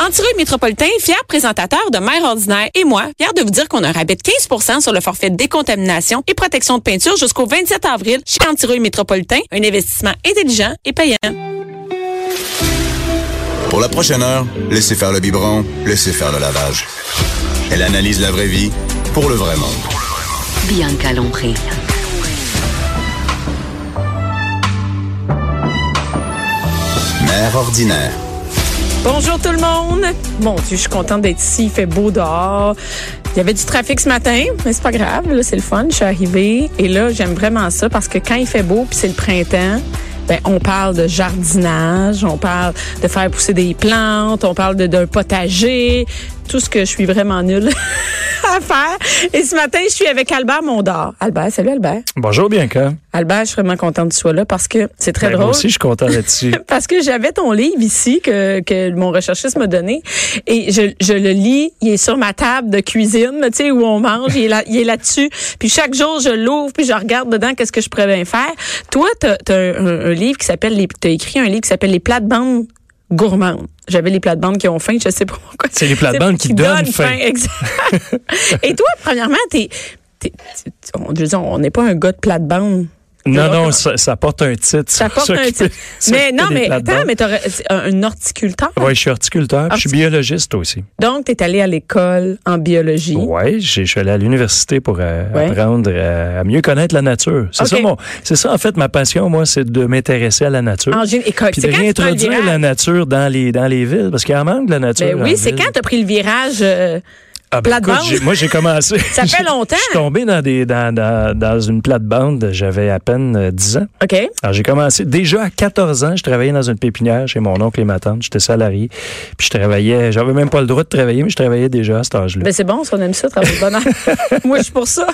Antireuil Métropolitain, fier présentateur de Mère Ordinaire et moi, fier de vous dire qu'on a un rabais de 15 sur le forfait décontamination et protection de peinture jusqu'au 27 avril chez Antireuil Métropolitain, un investissement intelligent et payant. Pour la prochaine heure, laissez faire le biberon, laissez faire le lavage. Elle analyse la vraie vie pour le vrai monde. Bianca Lompré. Mère ordinaire. Bonjour tout le monde! Mon Dieu, je suis contente d'être ici. Il fait beau dehors. Il y avait du trafic ce matin, mais c'est pas grave. Là, c'est le fun. Je suis arrivée. Et là, j'aime vraiment ça parce que quand il fait beau puis c'est le printemps, ben, on parle de jardinage, on parle de faire pousser des plantes, on parle de- d'un potager. Tout ce que je suis vraiment nulle à faire. Et ce matin, je suis avec Albert Mondor. Albert, salut Albert. Bonjour Bianca. Albert, je suis vraiment contente que tu sois là parce que c'est très Ben, drôle Moi aussi, je suis content là-dessus. parce que j'avais ton livre ici que, que mon recherchiste m'a donné et je, je le lis, il est sur ma table de cuisine, tu sais où on mange, il est là, il est là-dessus. Puis chaque jour je l'ouvre puis je regarde dedans qu'est-ce que je pourrais bien faire. Toi t'as, t'as un, un- un livre qui s'appelle les t'as écrit un livre qui s'appelle les plates-bandes gourmandes. J'avais les plates-bandes qui ont faim, je sais pas pourquoi. C'est les plates-bandes qui donnent faim. Exact. et toi premièrement t'es, t'es- t'es- on, je veux dire, on n'est pas un gars de plates-bandes. non, non, ça, ça porte un titre. Ça porte un S'occuper- titre. Mais s'occuper non, des mais plates-bandes. attends, mais Ah, t'aurais- c'est un un horticulteur. Ouais, je suis horticulteur, puis je suis Horti- biologiste aussi. Donc, tu es allé à l'école en biologie. Oui, je suis allé à l'université pour euh, Ouais. apprendre à, à mieux connaître la nature. C'est Ok. ça, mon- c'est ça, en fait, ma passion, moi, c'est de m'intéresser à la nature. En gé- et quand- puis c'est de quand tu prends le réintroduire virage. la nature dans les, dans les villes, parce qu'il en manque de la nature. Ben en oui, c'est ville. quand tu as pris le virage. euh, Ah ben, Plate-bande? écoute, j'ai- moi, j'ai commencé. Ça fait j'ai- longtemps. Je suis tombé dans, des, dans, dans, dans une plate-bande, j'avais à peine euh, 10 ans. OK. Alors, j'ai commencé. Déjà à 14 ans, je travaillais dans une pépinière chez mon oncle et ma tante. J'étais salarié. Puis je travaillais. J'avais même pas le droit de travailler, mais je travaillais déjà à cet âge-là. Ben c'est bon, si on aime ça, travailler de bonheur. Moi, je suis pour ça.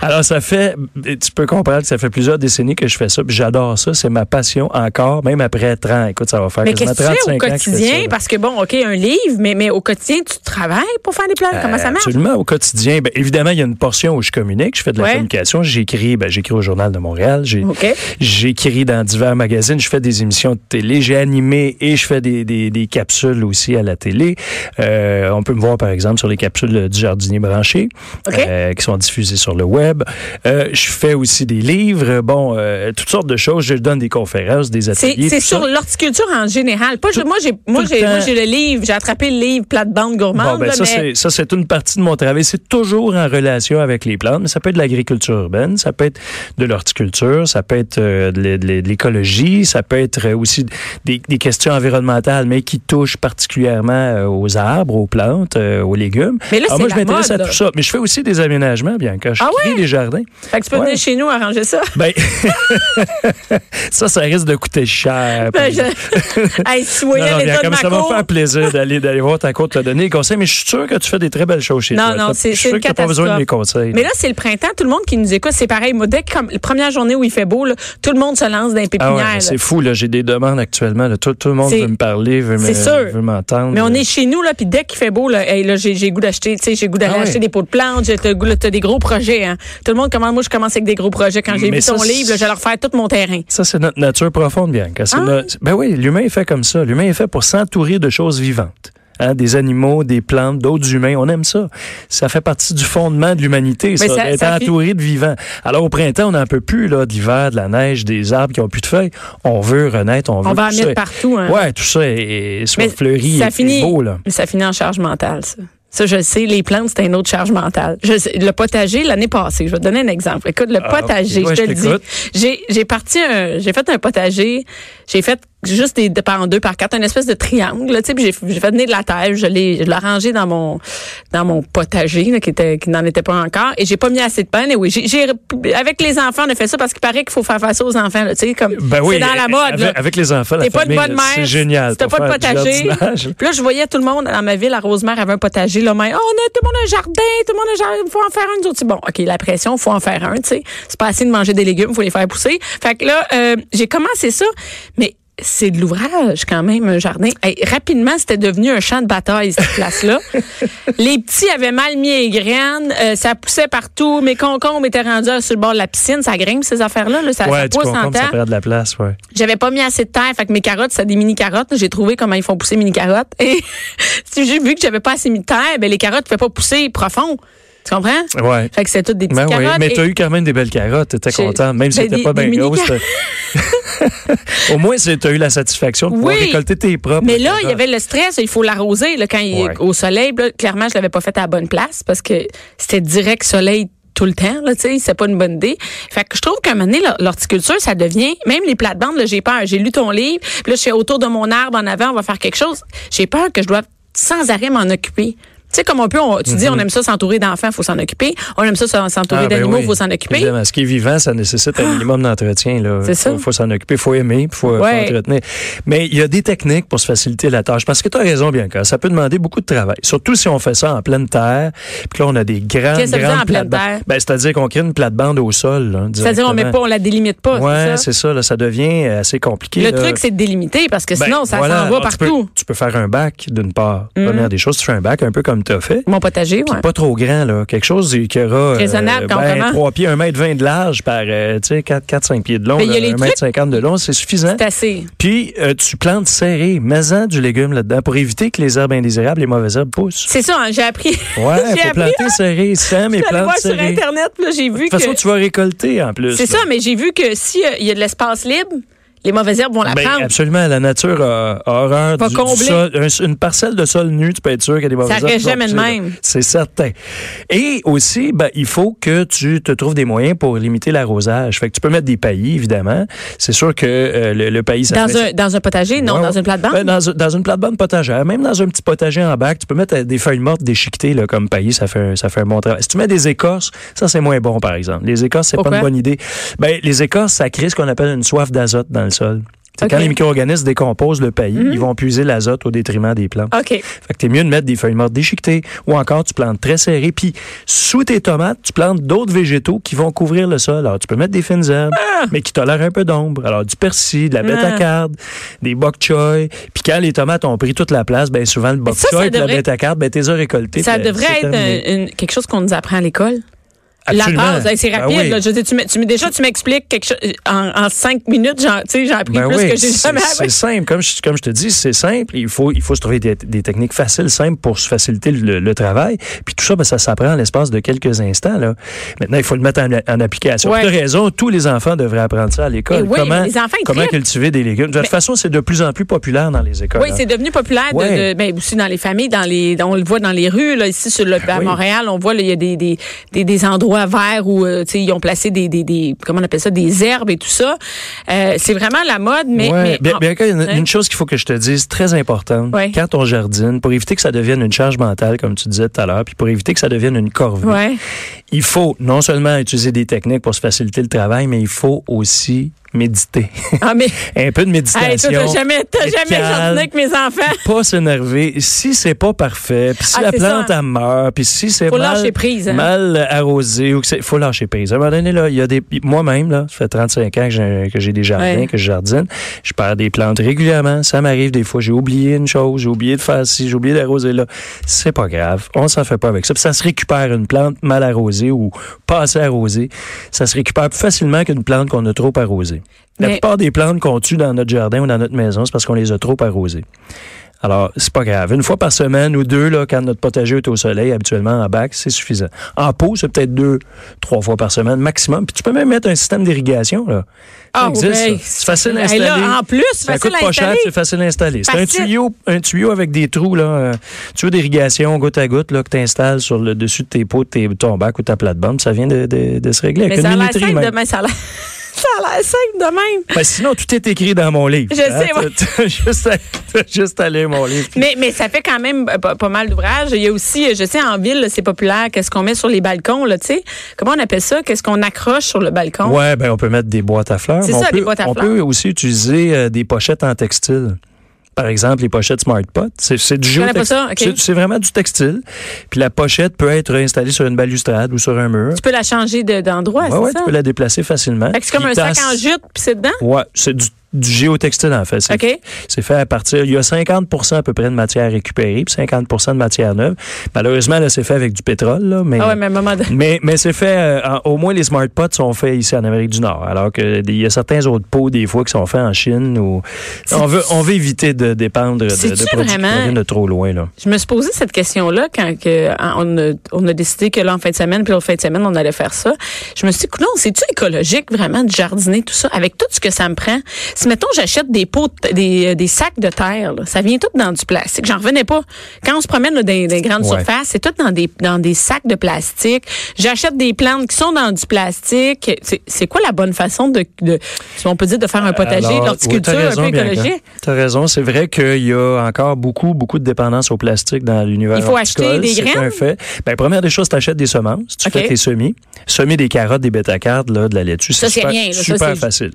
Alors, ça fait. Tu peux comprendre que ça fait plusieurs décennies que je fais ça. Puis j'adore ça. C'est ma passion encore, même après 30. Écoute, ça va faire Mais quasiment qu'est-ce que tu fais au 35 ans que je fais ça, quotidien? là. Parce que bon, OK, un livre, mais, mais au quotidien, tu travailles pour faire des plans. Comment ça marche? Euh, Absolument, au quotidien. Ben, évidemment, il y a une portion où je communique, je fais de la Ouais. communication, j'écris, ben, j'écris au Journal de Montréal, j'ai- OK. j'écris dans divers magazines, je fais des émissions de télé, j'ai animé et je fais des, des- des capsules aussi à la télé. Euh, on peut me voir, par exemple, sur les capsules du jardinier branché, OK. euh, qui sont diffusées sur le web. Euh, je fais aussi des livres, bon, euh, toutes sortes de choses. Je donne des conférences, des C'est, ateliers. c'est tout ça. sur l'horticulture en général. Pas, je- moi, j'ai, moi, tout le j'ai, moi, temps. j'ai le livre. J'ai attrapé le livre plate-bande gourmande. Bon, ben, là, ça, mais- c'est- ça, c'est une partie de mon travail. C'est toujours en relation avec les plantes, mais ça peut être de l'agriculture urbaine, ça peut être de l'horticulture, ça peut être euh, de l'é- de l'é- de l'écologie, ça peut être euh, aussi des, des questions environnementales, mais qui touchent particulièrement euh, aux arbres, aux plantes, euh, aux légumes. Mais là, Alors, c'est moi, je la m'intéresse mode, à là. tout ça. Mais je fais aussi des aménagements, bien quand je Ah crée ouais? des jardins. Fait que tu peux Ouais. venir chez nous arranger ça. Ben, ça, ça risque de coûter cher. par Ben, je... hey, si vous voyez non, non, l'état bien, de comme ma ça cour. va faire plaisir d'aller d'aller voir ta cour te donner des conseils, mais je suis sûr que tu fais des très belles choses chez Non, toi. non, T'as- c'est je c'est suis une sûr que t'as pas catastrophe. besoin de mes conseils. Mais là, c'est le printemps. Tout le monde qui nous écoute, c'est pareil. Moi, dès que comme, la première journée où il fait beau, là, tout le monde se lance dans les Ah pépinières. ouais, là. c'est fou, là. J'ai des demandes actuellement. là. Tout, tout le monde C'est- veut me parler, veut me- c'est sûr. veut m'entendre. mais on est chez nous, là, puis dès qu'il fait beau, là, hey, là, j'ai j'ai goût d'acheter, tu sais, j'ai goût d'aller Ah ouais. acheter des pots de plantes, j'ai t'as le goût- là, t'as des gros projets, hein. Tout le monde commande, moi, je commence avec des gros projets. Quand j'ai Mais vu ça, ton c'est- livre, là, je vais leur faire tout mon terrain. Ça, c'est notre nature profonde, bien. Ah. Ben oui, l'humain est fait comme ça. L'humain est fait pour s'entourer de choses vivantes. Hein, des animaux, des plantes, d'autres humains, on aime ça. Ça fait partie du fondement de l'humanité, ça, ça- d'être ça fit- entouré de vivants. Alors au printemps, on n'en peut plus là, de l'hiver, de la neige, des arbres qui ont plus de feuilles. On veut renaître, on veut On va en tout mettre ça. partout, hein. Ouais, tout ça est, est- soit Mais fleuri, ça est- est finit, beau là. mais ça finit en charge mentale, ça. Ça, je le sais, les plantes, c'est une autre charge mentale. Je sais, le potager, l'année passée, je vais te donner un exemple. Écoute, le Ah, potager, ok. Ouais, je te je le dis. t'écoute. J'ai, j'ai parti un, j'ai fait un potager, j'ai fait juste des, de par en deux, par quatre, une espèce de triangle. là, Tu sais, puis j'ai j'ai fait venir de la terre, je l'ai je l'ai rangé dans mon dans mon potager là, qui était qui n'en était pas encore, et j'ai pas mis assez de pain. Et oui, j'ai j'ai- avec les enfants on a fait ça parce qu'il paraît qu'il faut faire face aux enfants. là, Tu sais, comme Ben oui, c'est dans la mode. avec, là. avec les enfants, la T'es pas de famille, bonne là, mère. c'est génial. Si t'as pour pas de faire du potager. jardinage. Puis là, je voyais tout le monde dans ma ville, à Rosemère avait un potager. Là, mais, oh, on a, tout le monde a un jardin, tout le monde a un jardin, faut en faire un. Nous autres, bon, OK, la pression, faut en faire un, tu sais. C'est pas assez de manger des légumes, faut les faire pousser. Fait que là, euh, j'ai commencé ça, mais c'est de l'ouvrage quand même, un jardin. Hey, rapidement, c'était devenu un champ de bataille, cette place-là. les petits avaient mal mis les graines, euh, ça poussait partout, mes concombres étaient rendus sur le bord de la piscine, ça grimpe ces affaires-là, là, ça, ouais, ça du pousse en concombre, ça temps. perd de la place, ouais. J'avais pas mis assez de terre, fait que mes carottes, c'est des mini carottes. J'ai trouvé comment ils font pousser mini carottes. Et si j'ai vu que j'avais pas assez mis de terre, ben les carottes pouvaient pas pousser profond. Tu comprends? Ouais. Fait que c'est toutes des petites Ben oui, carottes. mais et- t'as eu quand même des belles carottes, t'étais J'ai- content, même si ben, t'étais des- pas des bien mini grosse. t'as- Au moins, c'est- t'as eu la satisfaction de pouvoir Oui. récolter tes propres. Mais là, il y carottes. avait le stress, il faut l'arroser là, quand il Ouais. est au soleil. Là, clairement, je l'avais pas fait à la bonne place parce que c'était direct soleil tout le temps, là, tu sais, c'est pas une bonne idée. Fait que je trouve qu'à un moment donné, l'hor- l'horticulture, ça devient, même les plates-bandes, là, j'ai peur. J'ai lu ton livre, puis là, je suis autour de mon arbre en avant, on va faire quelque chose. J'ai peur que je dois sans arrêt m'en occuper. Tu sais, comme on peut, on- tu dis, on aime ça s'entourer d'enfants, faut s'en occuper. On aime ça s'entourer Mm-hmm. Ah, ben d'animaux, oui. faut s'en occuper. Ah. Évidemment, ce qui est vivant, ça nécessite un minimum d'entretien. là. C'est ça. Faut, faut s'en occuper, faut aimer, puis faut, faut Ouais. entretenir. Mais il y a des techniques pour se faciliter la tâche. Parce que tu as raison, Bianca. Ça peut demander beaucoup de travail. Surtout si on fait ça en pleine terre. Puis là, on a des grandes, Qu'est-ce que ça veut dire grandes en pleine plates-bandes. terre? Ben, c'est-à-dire qu'on crée une plate-bande au sol. là, C'est-à-dire, on met directement. pas, on la délimite pas. Ouais, c'est ça? c'est ça. là, ça devient assez compliqué. Le là. truc, c'est de délimiter parce que euh, Ben, sinon, ça voilà. s'en va Alors, tu peux- partout. Tu peux, faire un bac, d'une part. Première des choses, tu fais un bac, un peu comme tu as fait. Mon potager, Puis ouais. Pas trop grand, là. Quelque chose qui aura. Raisonnable quand on commence. 3 pieds, 1 mètre 20 de large par, euh, tu sais, 4-5 pieds de long. Mais il Ben, y a là, les 1 mètre 50 de long, c'est suffisant. C'est assez. Puis, euh, tu plantes serré, mets-en du légume là-dedans pour éviter que les herbes indésirables, les mauvaises herbes poussent. C'est ça, hein, j'ai appris. Ouais, j'ai faut appris. hein. planter serré, sème Je et suis allée plante voir sur serré. De Internet, puis là, j'ai vu toute que. façon, tu vas récolter en plus. C'est là. ça, mais j'ai vu que s'il y a de l'espace libre, les mauvaises herbes vont la Ben, prendre. absolument, la nature a, a horreur Va du, du combler. sol. Un- une parcelle de sol nu, tu peux être sûr qu'il y a des mauvaises reste herbes qui vont jamais de pousser, même. là. C'est certain. Et aussi, ben, il faut que tu te trouves des moyens pour limiter l'arrosage. Fait que tu peux mettre des paillis, évidemment. C'est sûr que euh, le, le paillis, ça Dans fait- un, dans un potager, non, Ouais, dans ouais. une plate-bande. Ben, dans, un- dans une plate-bande potagère, même dans un petit potager en bac, tu peux mettre euh, des feuilles mortes déchiquetées là, comme paillis, ça fait, un- ça fait un bon travail. Si tu mets des écorces, ça c'est moins bon par exemple. Les écorces, c'est pas Pourquoi? une bonne idée. Ben, les écorces, ça crée ce qu'on appelle une soif d'azote dans le sol. C'est Ok. Mhm. Quand les micro-organismes décomposent le paillis, ils vont puiser l'azote au détriment des plantes. OK. Fait que t'es mieux de mettre des feuilles mortes déchiquetées ou encore tu plantes très serré. Puis sous tes tomates, tu plantes d'autres végétaux qui vont couvrir le sol. Alors tu peux mettre des fines herbes, Ah! mais qui tolèrent un peu d'ombre. Alors du persil, de la bêta-carde, des bok choy. Puis quand les tomates ont pris toute la place, bien souvent le bok ça, ça choy et la devrait- bêta-carde, ben t'es récolté. Ça devrait être un- une- quelque chose qu'on nous apprend à l'école. Absolument. La base, hey, c'est Ben rapide. oui. là. Je veux dire, tu mets- tu mets- déjà, tu m'expliques quelque chose en, en cinq minutes. genre, tu sais, J'ai appris plus que j'ai Ben c'est- jamais C'est appris. simple, comme je, comme je te dis, c'est simple. Il faut, il faut se trouver des, des techniques faciles, simples pour se faciliter le, le travail. Puis tout ça, ben, ça s'apprend en l'espace de quelques instants. Là. Maintenant, il faut le mettre en, en application. Ouais. Tu as raison, tous les enfants devraient apprendre ça à Eh l'école. oui, comment les enfants, ils comment trippent. cultiver des légumes. De toute Mais- façon, c'est de plus en plus populaire dans les écoles. Oui, hein. c'est devenu populaire de- Ouais. de- ben, aussi dans les familles, dans les, on le voit dans les rues là, ici sur le, à Ah oui. Montréal, on voit là, il y a des, des, des, des endroits verts où euh, tu sais, ils ont placé des, des, des comment on appelle ça des herbes et tout ça. Euh, c'est vraiment la mode, mais, Ouais. mais- Bien- ah, bien qu'il y a une, ouais. une chose qu'il faut que je te dise, très importante, Ouais. quand on jardine, pour éviter que ça devienne une charge mentale, comme tu disais tout à l'heure, puis pour éviter que ça devienne une corvée, Ouais. il faut non seulement utiliser des techniques pour se faciliter le travail, mais il faut aussi méditer. Ah mais Un peu de méditation. hey, toi, t'as jamais t'as Et jamais calme. jardiné avec mes enfants. Pas s'énerver. Si c'est pas parfait, puis si Ah, la c'est plante ça. elle meurt, puis si c'est Faut mal, lâcher prise, hein. mal arrosé, ou que c'est, faut lâcher prise. À un moment donné, là, il y a des, moi-même, là, ça fait 35 ans que j'ai, que j'ai des jardins, Ouais. que je jardine. Je perds des plantes régulièrement. Ça m'arrive des fois. J'ai oublié une chose, j'ai oublié de faire ci, j'ai oublié d'arroser là. C'est pas grave. On s'en fait pas avec ça. Puis ça se récupère une plante mal arrosée ou pas assez arrosée. Ça se récupère plus facilement qu'une plante qu'on a trop arrosée. La Mais- plupart des plantes qu'on tue dans notre jardin ou dans notre maison, c'est parce qu'on les a trop arrosées. Alors, c'est pas grave. Une fois par semaine ou deux, là, quand notre potager est au soleil, habituellement en bac, c'est suffisant. En pot, c'est peut-être deux, trois fois par semaine maximum. Puis tu peux même mettre un système d'irrigation. Là. Ça Ah, existe, ouais. ça. C'est facile à Hey, installer. là, en plus, ça facile coûte à pas cher, installer. c'est facile à installer. C'est un Facile. tuyau, un tuyau avec des trous, là, euh, tuyau d'irrigation goutte à goutte là, que tu installes sur le dessus de tes pots, de tes- ton bac ou ta plate-bande. Ça vient de, de- de se régler. Mais avec ça une a l'air minuterie simple même. demain, ça a l'air. Ça a l'air simple de même. Ben, sinon, tout est écrit dans mon livre. Hein, Je sais, T'as- ouais. t'as juste, à, t'as juste à lire mon livre. puis- Mais, mais ça fait quand même euh, pas, pas mal d'ouvrages. Il y a aussi, euh, je sais, en ville, là, c'est populaire, qu'est-ce qu'on met sur les balcons, là, tu sais. Comment on appelle ça? Qu'est-ce qu'on accroche sur le balcon? Ouais, ben on peut mettre des boîtes à fleurs. C'est mais on ça, peut, des boîtes à on fleurs. peut aussi utiliser euh, des pochettes en textile. Par exemple, les pochettes Smart Pot, c'est c'est du connais pas géotex- ça, ok. c'est- C'est vraiment du textile. Puis la pochette peut être installée sur une balustrade ou sur un mur. Tu peux la changer de- d'endroit, ouais, ouais, Ah, c'est ça? tu peux la déplacer facilement. Fait que c'est comme Puis un sac dans- en jute, puis c'est dedans? Ouais, c'est du, du géotextile en fait. C'est OK. c'est fait à partir. Il y a 50 à peu près de matière récupérée, puis 50 de matière neuve. Malheureusement, là, c'est fait avec du pétrole, là, mais. Ah ouais, mais à un moment donné- Mais, mais c'est fait, euh, en- au moins les smart pots sont faits ici en Amérique du Nord, alors qu'il y a certains autres pots des fois qui sont faits en Chine. Ou... On, veut, on veut éviter de dépendre de, de C'est-tu produits qui vraiment- proviennent de trop loin. Là. Je me suis posé cette question-là quand que, en- on, a, on a décidé que là, en fin de semaine, puis l'autre fin de semaine, on allait faire ça. Je me suis dit, non, c'est-tu écologique vraiment de jardiner tout ça avec tout ce que ça me prend? Si, mettons, j'achète des pots, de- des, euh, des sacs de terre, là, ça vient tout dans du plastique. J'en revenais pas. Quand on se promène là, dans les- dans les grandes Ouais. surfaces, c'est tout dans des, dans des sacs de plastique. J'achète des plantes qui sont dans du plastique. C'est- C'est quoi la bonne façon de, de, si on peut dire, de faire un potager, de l'horticulture un peu écologique? Tu as raison, c'est vrai qu'il y a encore beaucoup, beaucoup de dépendance au plastique dans l'univers. Il faut horticole, acheter des c'est graines? un fait. Ben, première des choses, tu achètes des semences, tu OK. fais tes semis, semis des carottes, des bêta-cartes, là, de la laitue. Ça, c'est super, rien, là, ça, super c'est- facile.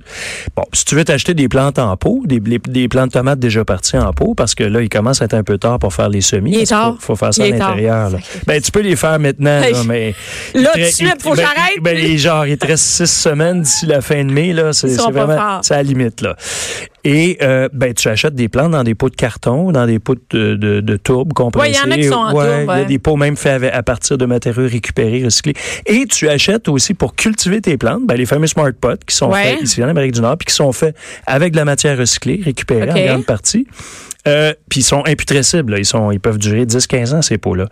Bon, si tu veux t'acheter des plantes en pot, des, les- des plantes de tomates déjà parties en pot, parce que là, il commence à être un peu tard pour faire les semis. Il est parce qu'il tard. Faut, faut faire ça Il à est tard. l'intérieur. là. Ben, tu peux les faire maintenant, Hey. là, mais... Là, tout il de te- suite, il- faut que ben, j'arrête. ben, les genre, il te reste six semaines d'ici la fin de mai, là. C'est Ils c'est sont pas vraiment, forts. c'est à la limite, là. Et, euh, ben, tu achètes des plantes dans des pots de carton, dans des pots de, de, de tourbe compressée. Ouais, il y en a qui sont en Ouais, tourbe, Il y a ouais. des pots même faits avec- à partir de matériaux récupérés, recyclés. Et tu achètes aussi pour cultiver tes plantes, ben, les fameux smart pots qui sont Ouais. faits ici en Amérique du Nord, puis qui sont faits avec de la matière recyclée, récupérée OK. en grande partie. Euh, puis ils sont imputrescibles. là. Ils, sont, ils peuvent durer 10-15 ans, ces pots-là.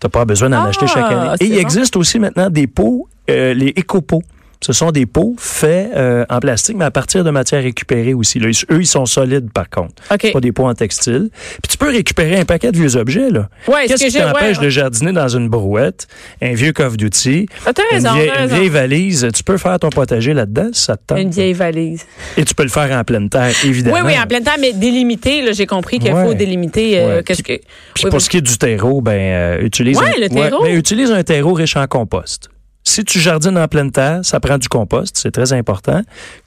T'as pas besoin d'en Ah, acheter chaque année. c'est Et il bon. existe aussi maintenant des pots, euh, les éco-pots. Ce sont des pots faits euh, en plastique, mais à partir de matières récupérées aussi. Là, Ils- eux, ils sont solides, par contre. OK. Pas des pots en textile. Puis tu peux récupérer un paquet de vieux objets. là. Ouais, Qu'est-ce ce que qui j'ai- t'empêche ouais. de jardiner dans une brouette, un vieux coffre d'outils, Ah, t'as une, raison, vieille, t'as une raison. vieille valise? Tu peux faire ton potager là-dedans, si ça te tente. Une vieille valise. Et tu peux le faire en pleine terre, évidemment. Oui, oui, en plein temps, mais délimité, là, j'ai compris qu'il Ouais. faut délimiter euh, Ouais. qu'est-ce que. Oui, Puis pour oui. ce qui est du terreau, ben euh, utilise Ouais, un, le terreau. mais utilise un terreau riche en compost. Si tu jardines en pleine terre, ça prend du compost, c'est très important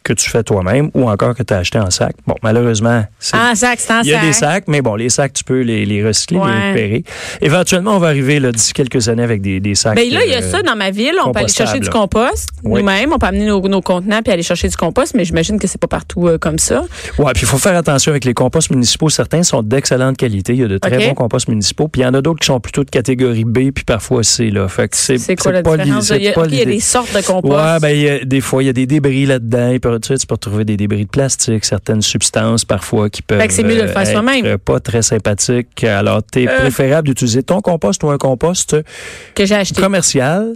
que tu fais toi-même ou encore que tu as acheté en sac. Bon, malheureusement, c'est En sac, c'est Ah, en sac. il y a des sacs, mais bon, les sacs, tu peux les, les recycler, les Ouais. récupérer. Éventuellement, on va arriver là, d'ici quelques années avec des, des sacs. Ben là, il y a euh, ça dans ma ville. On peut aller compostable, chercher du là. compost Oui. nous-mêmes. On peut amener nos, nos contenants puis aller chercher du compost, mais j'imagine que c'est pas partout euh, comme ça. Ouais, puis il faut faire attention avec les composts municipaux. Certains sont d'excellente qualité. Il y a de très OK. bons composts municipaux. Puis il y en a d'autres qui sont plutôt de catégorie B, puis parfois C. Là. Fait que c'est, C'est quoi c'est la pas différence? l'idée- Il y, a, pas ok, il y a l'idée. des sortes de compost. Ouais, ben, il y a- des fois, il y a des débris là-dedans. Il peut- tu, sais, tu peux retrouver des débris de plastique, certaines substances parfois qui peuvent Fait que c'est mieux de le faire euh, être, soi-même. euh, pas très sympathiques. Alors, t'es Euh. préférable d'utiliser ton compost ou un compost que j'ai acheté. commercial.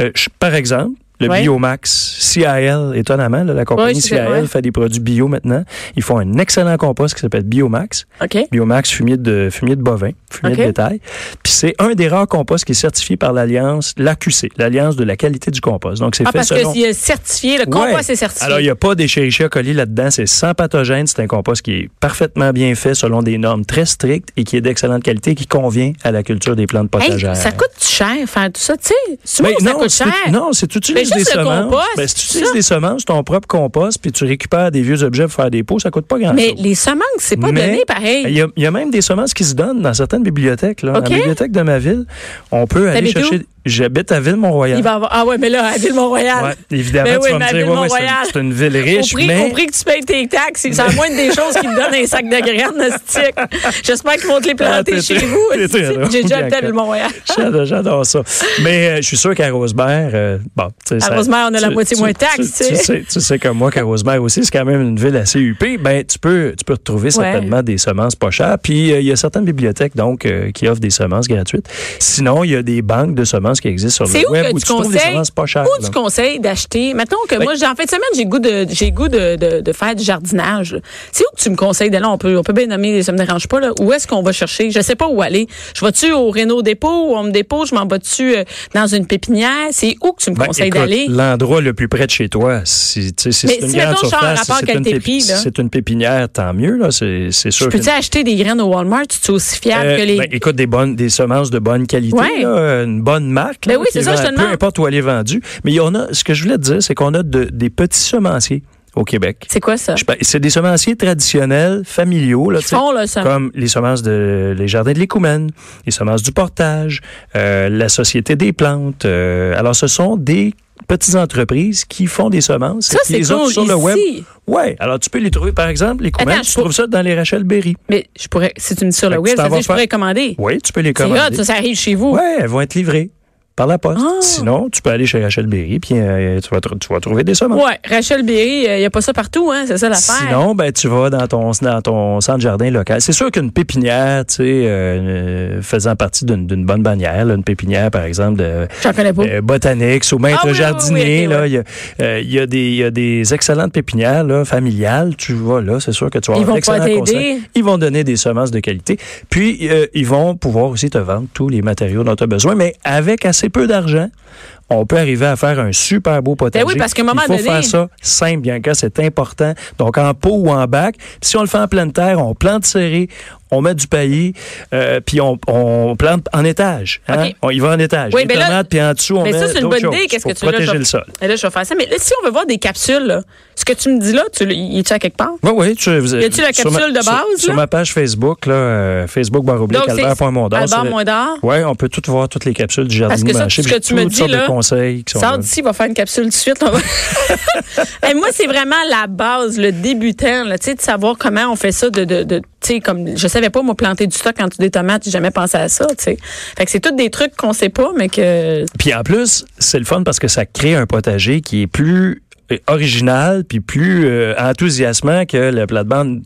Euh, je- par exemple, le Ouais. Biomax, CIL, étonnamment, là, la Ouais, compagnie je sais, CIL ouais. fait des produits bio maintenant. Ils font un excellent compost qui s'appelle Biomax. OK. Ah, Biomax fumier de fumier de bovin, fumier OK. de bétail. Puis c'est un des rares composts qui est certifié par l'alliance l'AQC, l'alliance de la qualité du compost. Donc c'est Ah, fait parce selon que c'est certifié. Le Ouais. compost est certifié. Alors, il n'y a pas d'Escherichia coli là-dedans. C'est sans pathogène. C'est un compost qui est parfaitement bien fait selon des normes très strictes et qui est d'excellente qualité qui convient à la culture des plantes Hey, potagères. ça coûte cher faire tout ça, tu sais. Souvent, Ben, ça non, coûte c'est- cher. non, c'est tu Ben, utilises des juste le semences. compost, Ben, si tu c'est utilises ça. des semences, ton propre compost, puis tu récupères des vieux objets pour faire des pots, ça coûte pas grand-chose. Mais les semences, c'est pas Mais donné Il pareil. y, a, il y a même des semences qui se donnent dans certaines bibliothèques. Là. OK. La bibliothèque de ma ville, on peut aller T'habites où? chercher. J'habite à Ville-Mont-Royal. Il va avoir... Ah ouais, mais là, à Ville-Mont-Royal. Ouais, évidemment, Ben tu oui, vas mais me à dire, ouais, ouais, c'est une- Ville-Mont-Royal. c'est une ville riche, Au prix, mais. au prix que tu payes tes taxes, c'est la moindre des choses qui te donnent un sac de graines, stick. J'espère qu'ils vont te les planter Ah, t'es chez très- vous. t'es très drôle, J'ai déjà habité à Bianca. Ville-Mont-Royal. J'adore, j'adore ça. Mais euh, je suis sûr qu'à Rosemère, euh, bon, tu sais, À ça- Rosemère, on a la moitié moins de taxes, Tu, tu sais. sais, tu sais comme moi qu'à Rosemère aussi, c'est quand même une ville assez huppée. Ben, tu peux, tu peux retrouver certainement des semences pas chères. Puis euh, il y a certaines bibliothèques donc euh, qui offrent des semences gratuites. Sinon, il y a des banques de semences semences qui existent sur C'est le où web que où tu tu trouves des conseilles- semences pas chères. Où là. tu conseilles d'acheter? Mettons que moi, j'ai- en fin de semaine, j'ai goût de, j'ai goût de, de, de faire du jardinage. là. C'est où que tu me conseilles d'aller? On peut, on peut bien nommer, ça me dérange pas, là. Où est-ce qu'on va chercher? Je sais pas où aller. Je vais-tu au Renault dépôt, où on me dépose, je m'en vais-tu euh, dans une pépinière? C'est où que tu me Ben, conseilles écoute, d'aller? L'endroit le plus près de chez toi, si, tu sais, si Mais c'est une si, grande mettons, je sors un surface, si rapport c'est une, qualité-prix, pépi- là. si c'est une pépinière, tant mieux. Là, c'est, c'est Je sûr. peux-tu que- acheter des graines au Walmart? Tu es aussi fiable Euh, que les. ben, écoute, des bonnes, des semences de bonne qualité, Ouais. là, une bonne marque. là, Ben oui, qui c'est est ça, je te vend- Peu demande. importe où elle est vendue. Mais il y en a, ce que je voulais te dire, c'est qu'on a de- des petits semenciers au Québec. c'est quoi ça? Je sais pas, C'est des semenciers traditionnels, familiaux, là, Ils tu sais, font, là, ça. comme les semences de les jardins de l'écoumène, les semences du portage, euh, la société des plantes. euh, alors, ce sont des petites entreprises qui font des semences. Ça, et qui c'est les offrent cool, sur le web. ici. Ouais. Alors, tu peux les trouver, par exemple, l'écoumène, Attends, tu je trouves ça dans les Rachel Berry. Mais je pourrais, si tu me dis sur Fait le que web, tu t'en ça veut dire vas que je pourrais faire- commander. Oui, tu peux les C'est commander. hot, ça, ça arrive chez vous. Oui, elles vont être livrées par la poste. Ah. Sinon, tu peux aller chez Rachel Berry, puis euh, tu, vas tr- tu vas trouver des semences. Ouais, Rachel Berry, il n'y a pas ça partout, hein, c'est ça l'affaire. Sinon, ben, tu vas dans ton, dans ton centre jardin local. C'est sûr qu'une pépinière, tu sais, euh, euh, faisant partie d'une d'une bonne bannière, là, une pépinière, par exemple, de J'en connais pas. euh, botanique ou maître Ah oui, oui, oui, jardinier, ok, là, ouais. il y a, euh, il y, a des- il y a des excellentes pépinières là, familiales. Tu vois, là, c'est sûr que tu vas Ils avoir vont pas d'excellents t'aider. conseils. Ils vont donner des semences de qualité. Puis, euh, ils vont pouvoir aussi te vendre tous les matériaux dont tu as besoin, mais avec assez peu d'argent. On peut arriver à faire un super beau potager. Ben oui, parce qu'à un moment Il faut donné- faire ça simple, bien que c'est important. Donc, en pot ou en bac. Si on le fait en pleine terre, on plante serré, on met du paillis, euh, puis on, on plante en étage. hein. OK. On y va en étage. Oui, Les ben là- tomates, puis en dessous, on Mais met ça, c'est une d'autres bonne idée. choses Qu'est-ce que pour tu veux là, protéger je- le sol. Et là, je vais faire ça. Mais là, si on veut voir des capsules, là, ce que tu me dis là, tu le- y est-tu à quelque part? Oui, oui. Tu, vous- Y a-t-il la sur ma- capsule de sur- base, Sur, là? ma page Facebook, là, euh, Facebook barre oblique, Donc, c'est- Albert.mondor. Albert Moindard. Oui, on peut tout voir, toutes les capsules du jardin Parce que ça, Marché, ce puis que tu me toutes dis, sortes là, de conseils qui sont Sors là. d'ici, va faire une capsule tout de suite. on va- Eh, moi, c'est vraiment la base, le débutant, là, tu sais, de savoir comment on fait ça. De, de, de- tu sais, comme je savais pas, moi, planter du stock quand tu des tomates, j'ai jamais pensé à ça. tu sais. Fait que c'est tous des trucs qu'on sait pas, mais que Puis en plus, c'est le fun parce que ça crée un potager qui est plus euh, original puis plus euh, enthousiasmant que la plate-bande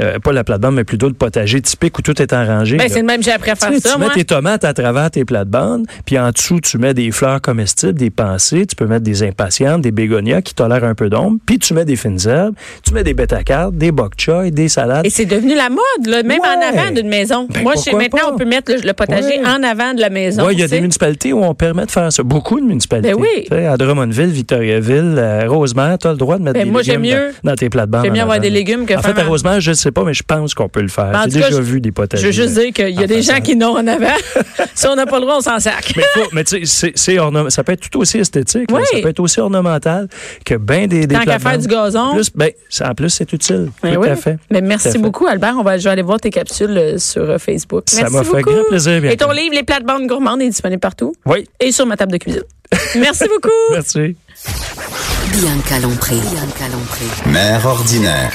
euh, pas la plate-bande mais plutôt le potager typique où tout est en rangée. ben, là. c'est le même j'ai appris à faire Tu sais, ça. tu mets moi. tes tomates à travers tes plates-bandes, puis en dessous, tu mets des fleurs comestibles, des pensées, tu peux mettre des impatientes, des bégonias qui tolèrent un peu d'ombre, puis tu mets des fines herbes, tu mets des bêta-cartes, des bok choy, des salades. Et c'est devenu la mode, là, même Ouais. en avant d'une maison. Ben, Moi, je sais, pourquoi maintenant, pas? on peut mettre le, le potager Ouais. en avant de la maison. Ouais, il y a tu sais. des municipalités où on permet de faire ça. Beaucoup de municipalités. Ben oui. Tu sais, À Drummondville, Victoriaville, à Rosemère, tu as le droit de mettre Ben des moi, légumes j'aime dans- mieux- dans, tes plates-bandes. j'aime mieux en avoir avant. des légumes que En fait, faire à un- Rosemère, je ne sais pas, mais je pense qu'on peut le faire. Ben, en J'ai tout cas, déjà je- vu des potagers. Je veux juste dire qu'il y a en des gens façade. qui n'ont en avant. si on n'a pas le droit, on s'en sac. Mais, faut- mais tu sais, c'est- c'est ornem- ça peut être tout aussi esthétique, là. Oui. ça peut être aussi ornemental que bien des, des Tant qu'à faire plates-bandes. du gazon. En plus, ben, ça- en plus c'est utile. Ben tout oui. à fait. Mais Tout à merci fait. beaucoup, Albert. On va, je vais aller voir tes capsules euh, sur euh, Facebook. Ça merci m'a fait beaucoup. grand plaisir, Bianca. Et ton livre, Les plates-bandes gourmandes, est disponible partout Oui, et sur ma table de cuisine. merci beaucoup. merci. Bianca Lompré. Bianca Lompré. Mère ordinaire.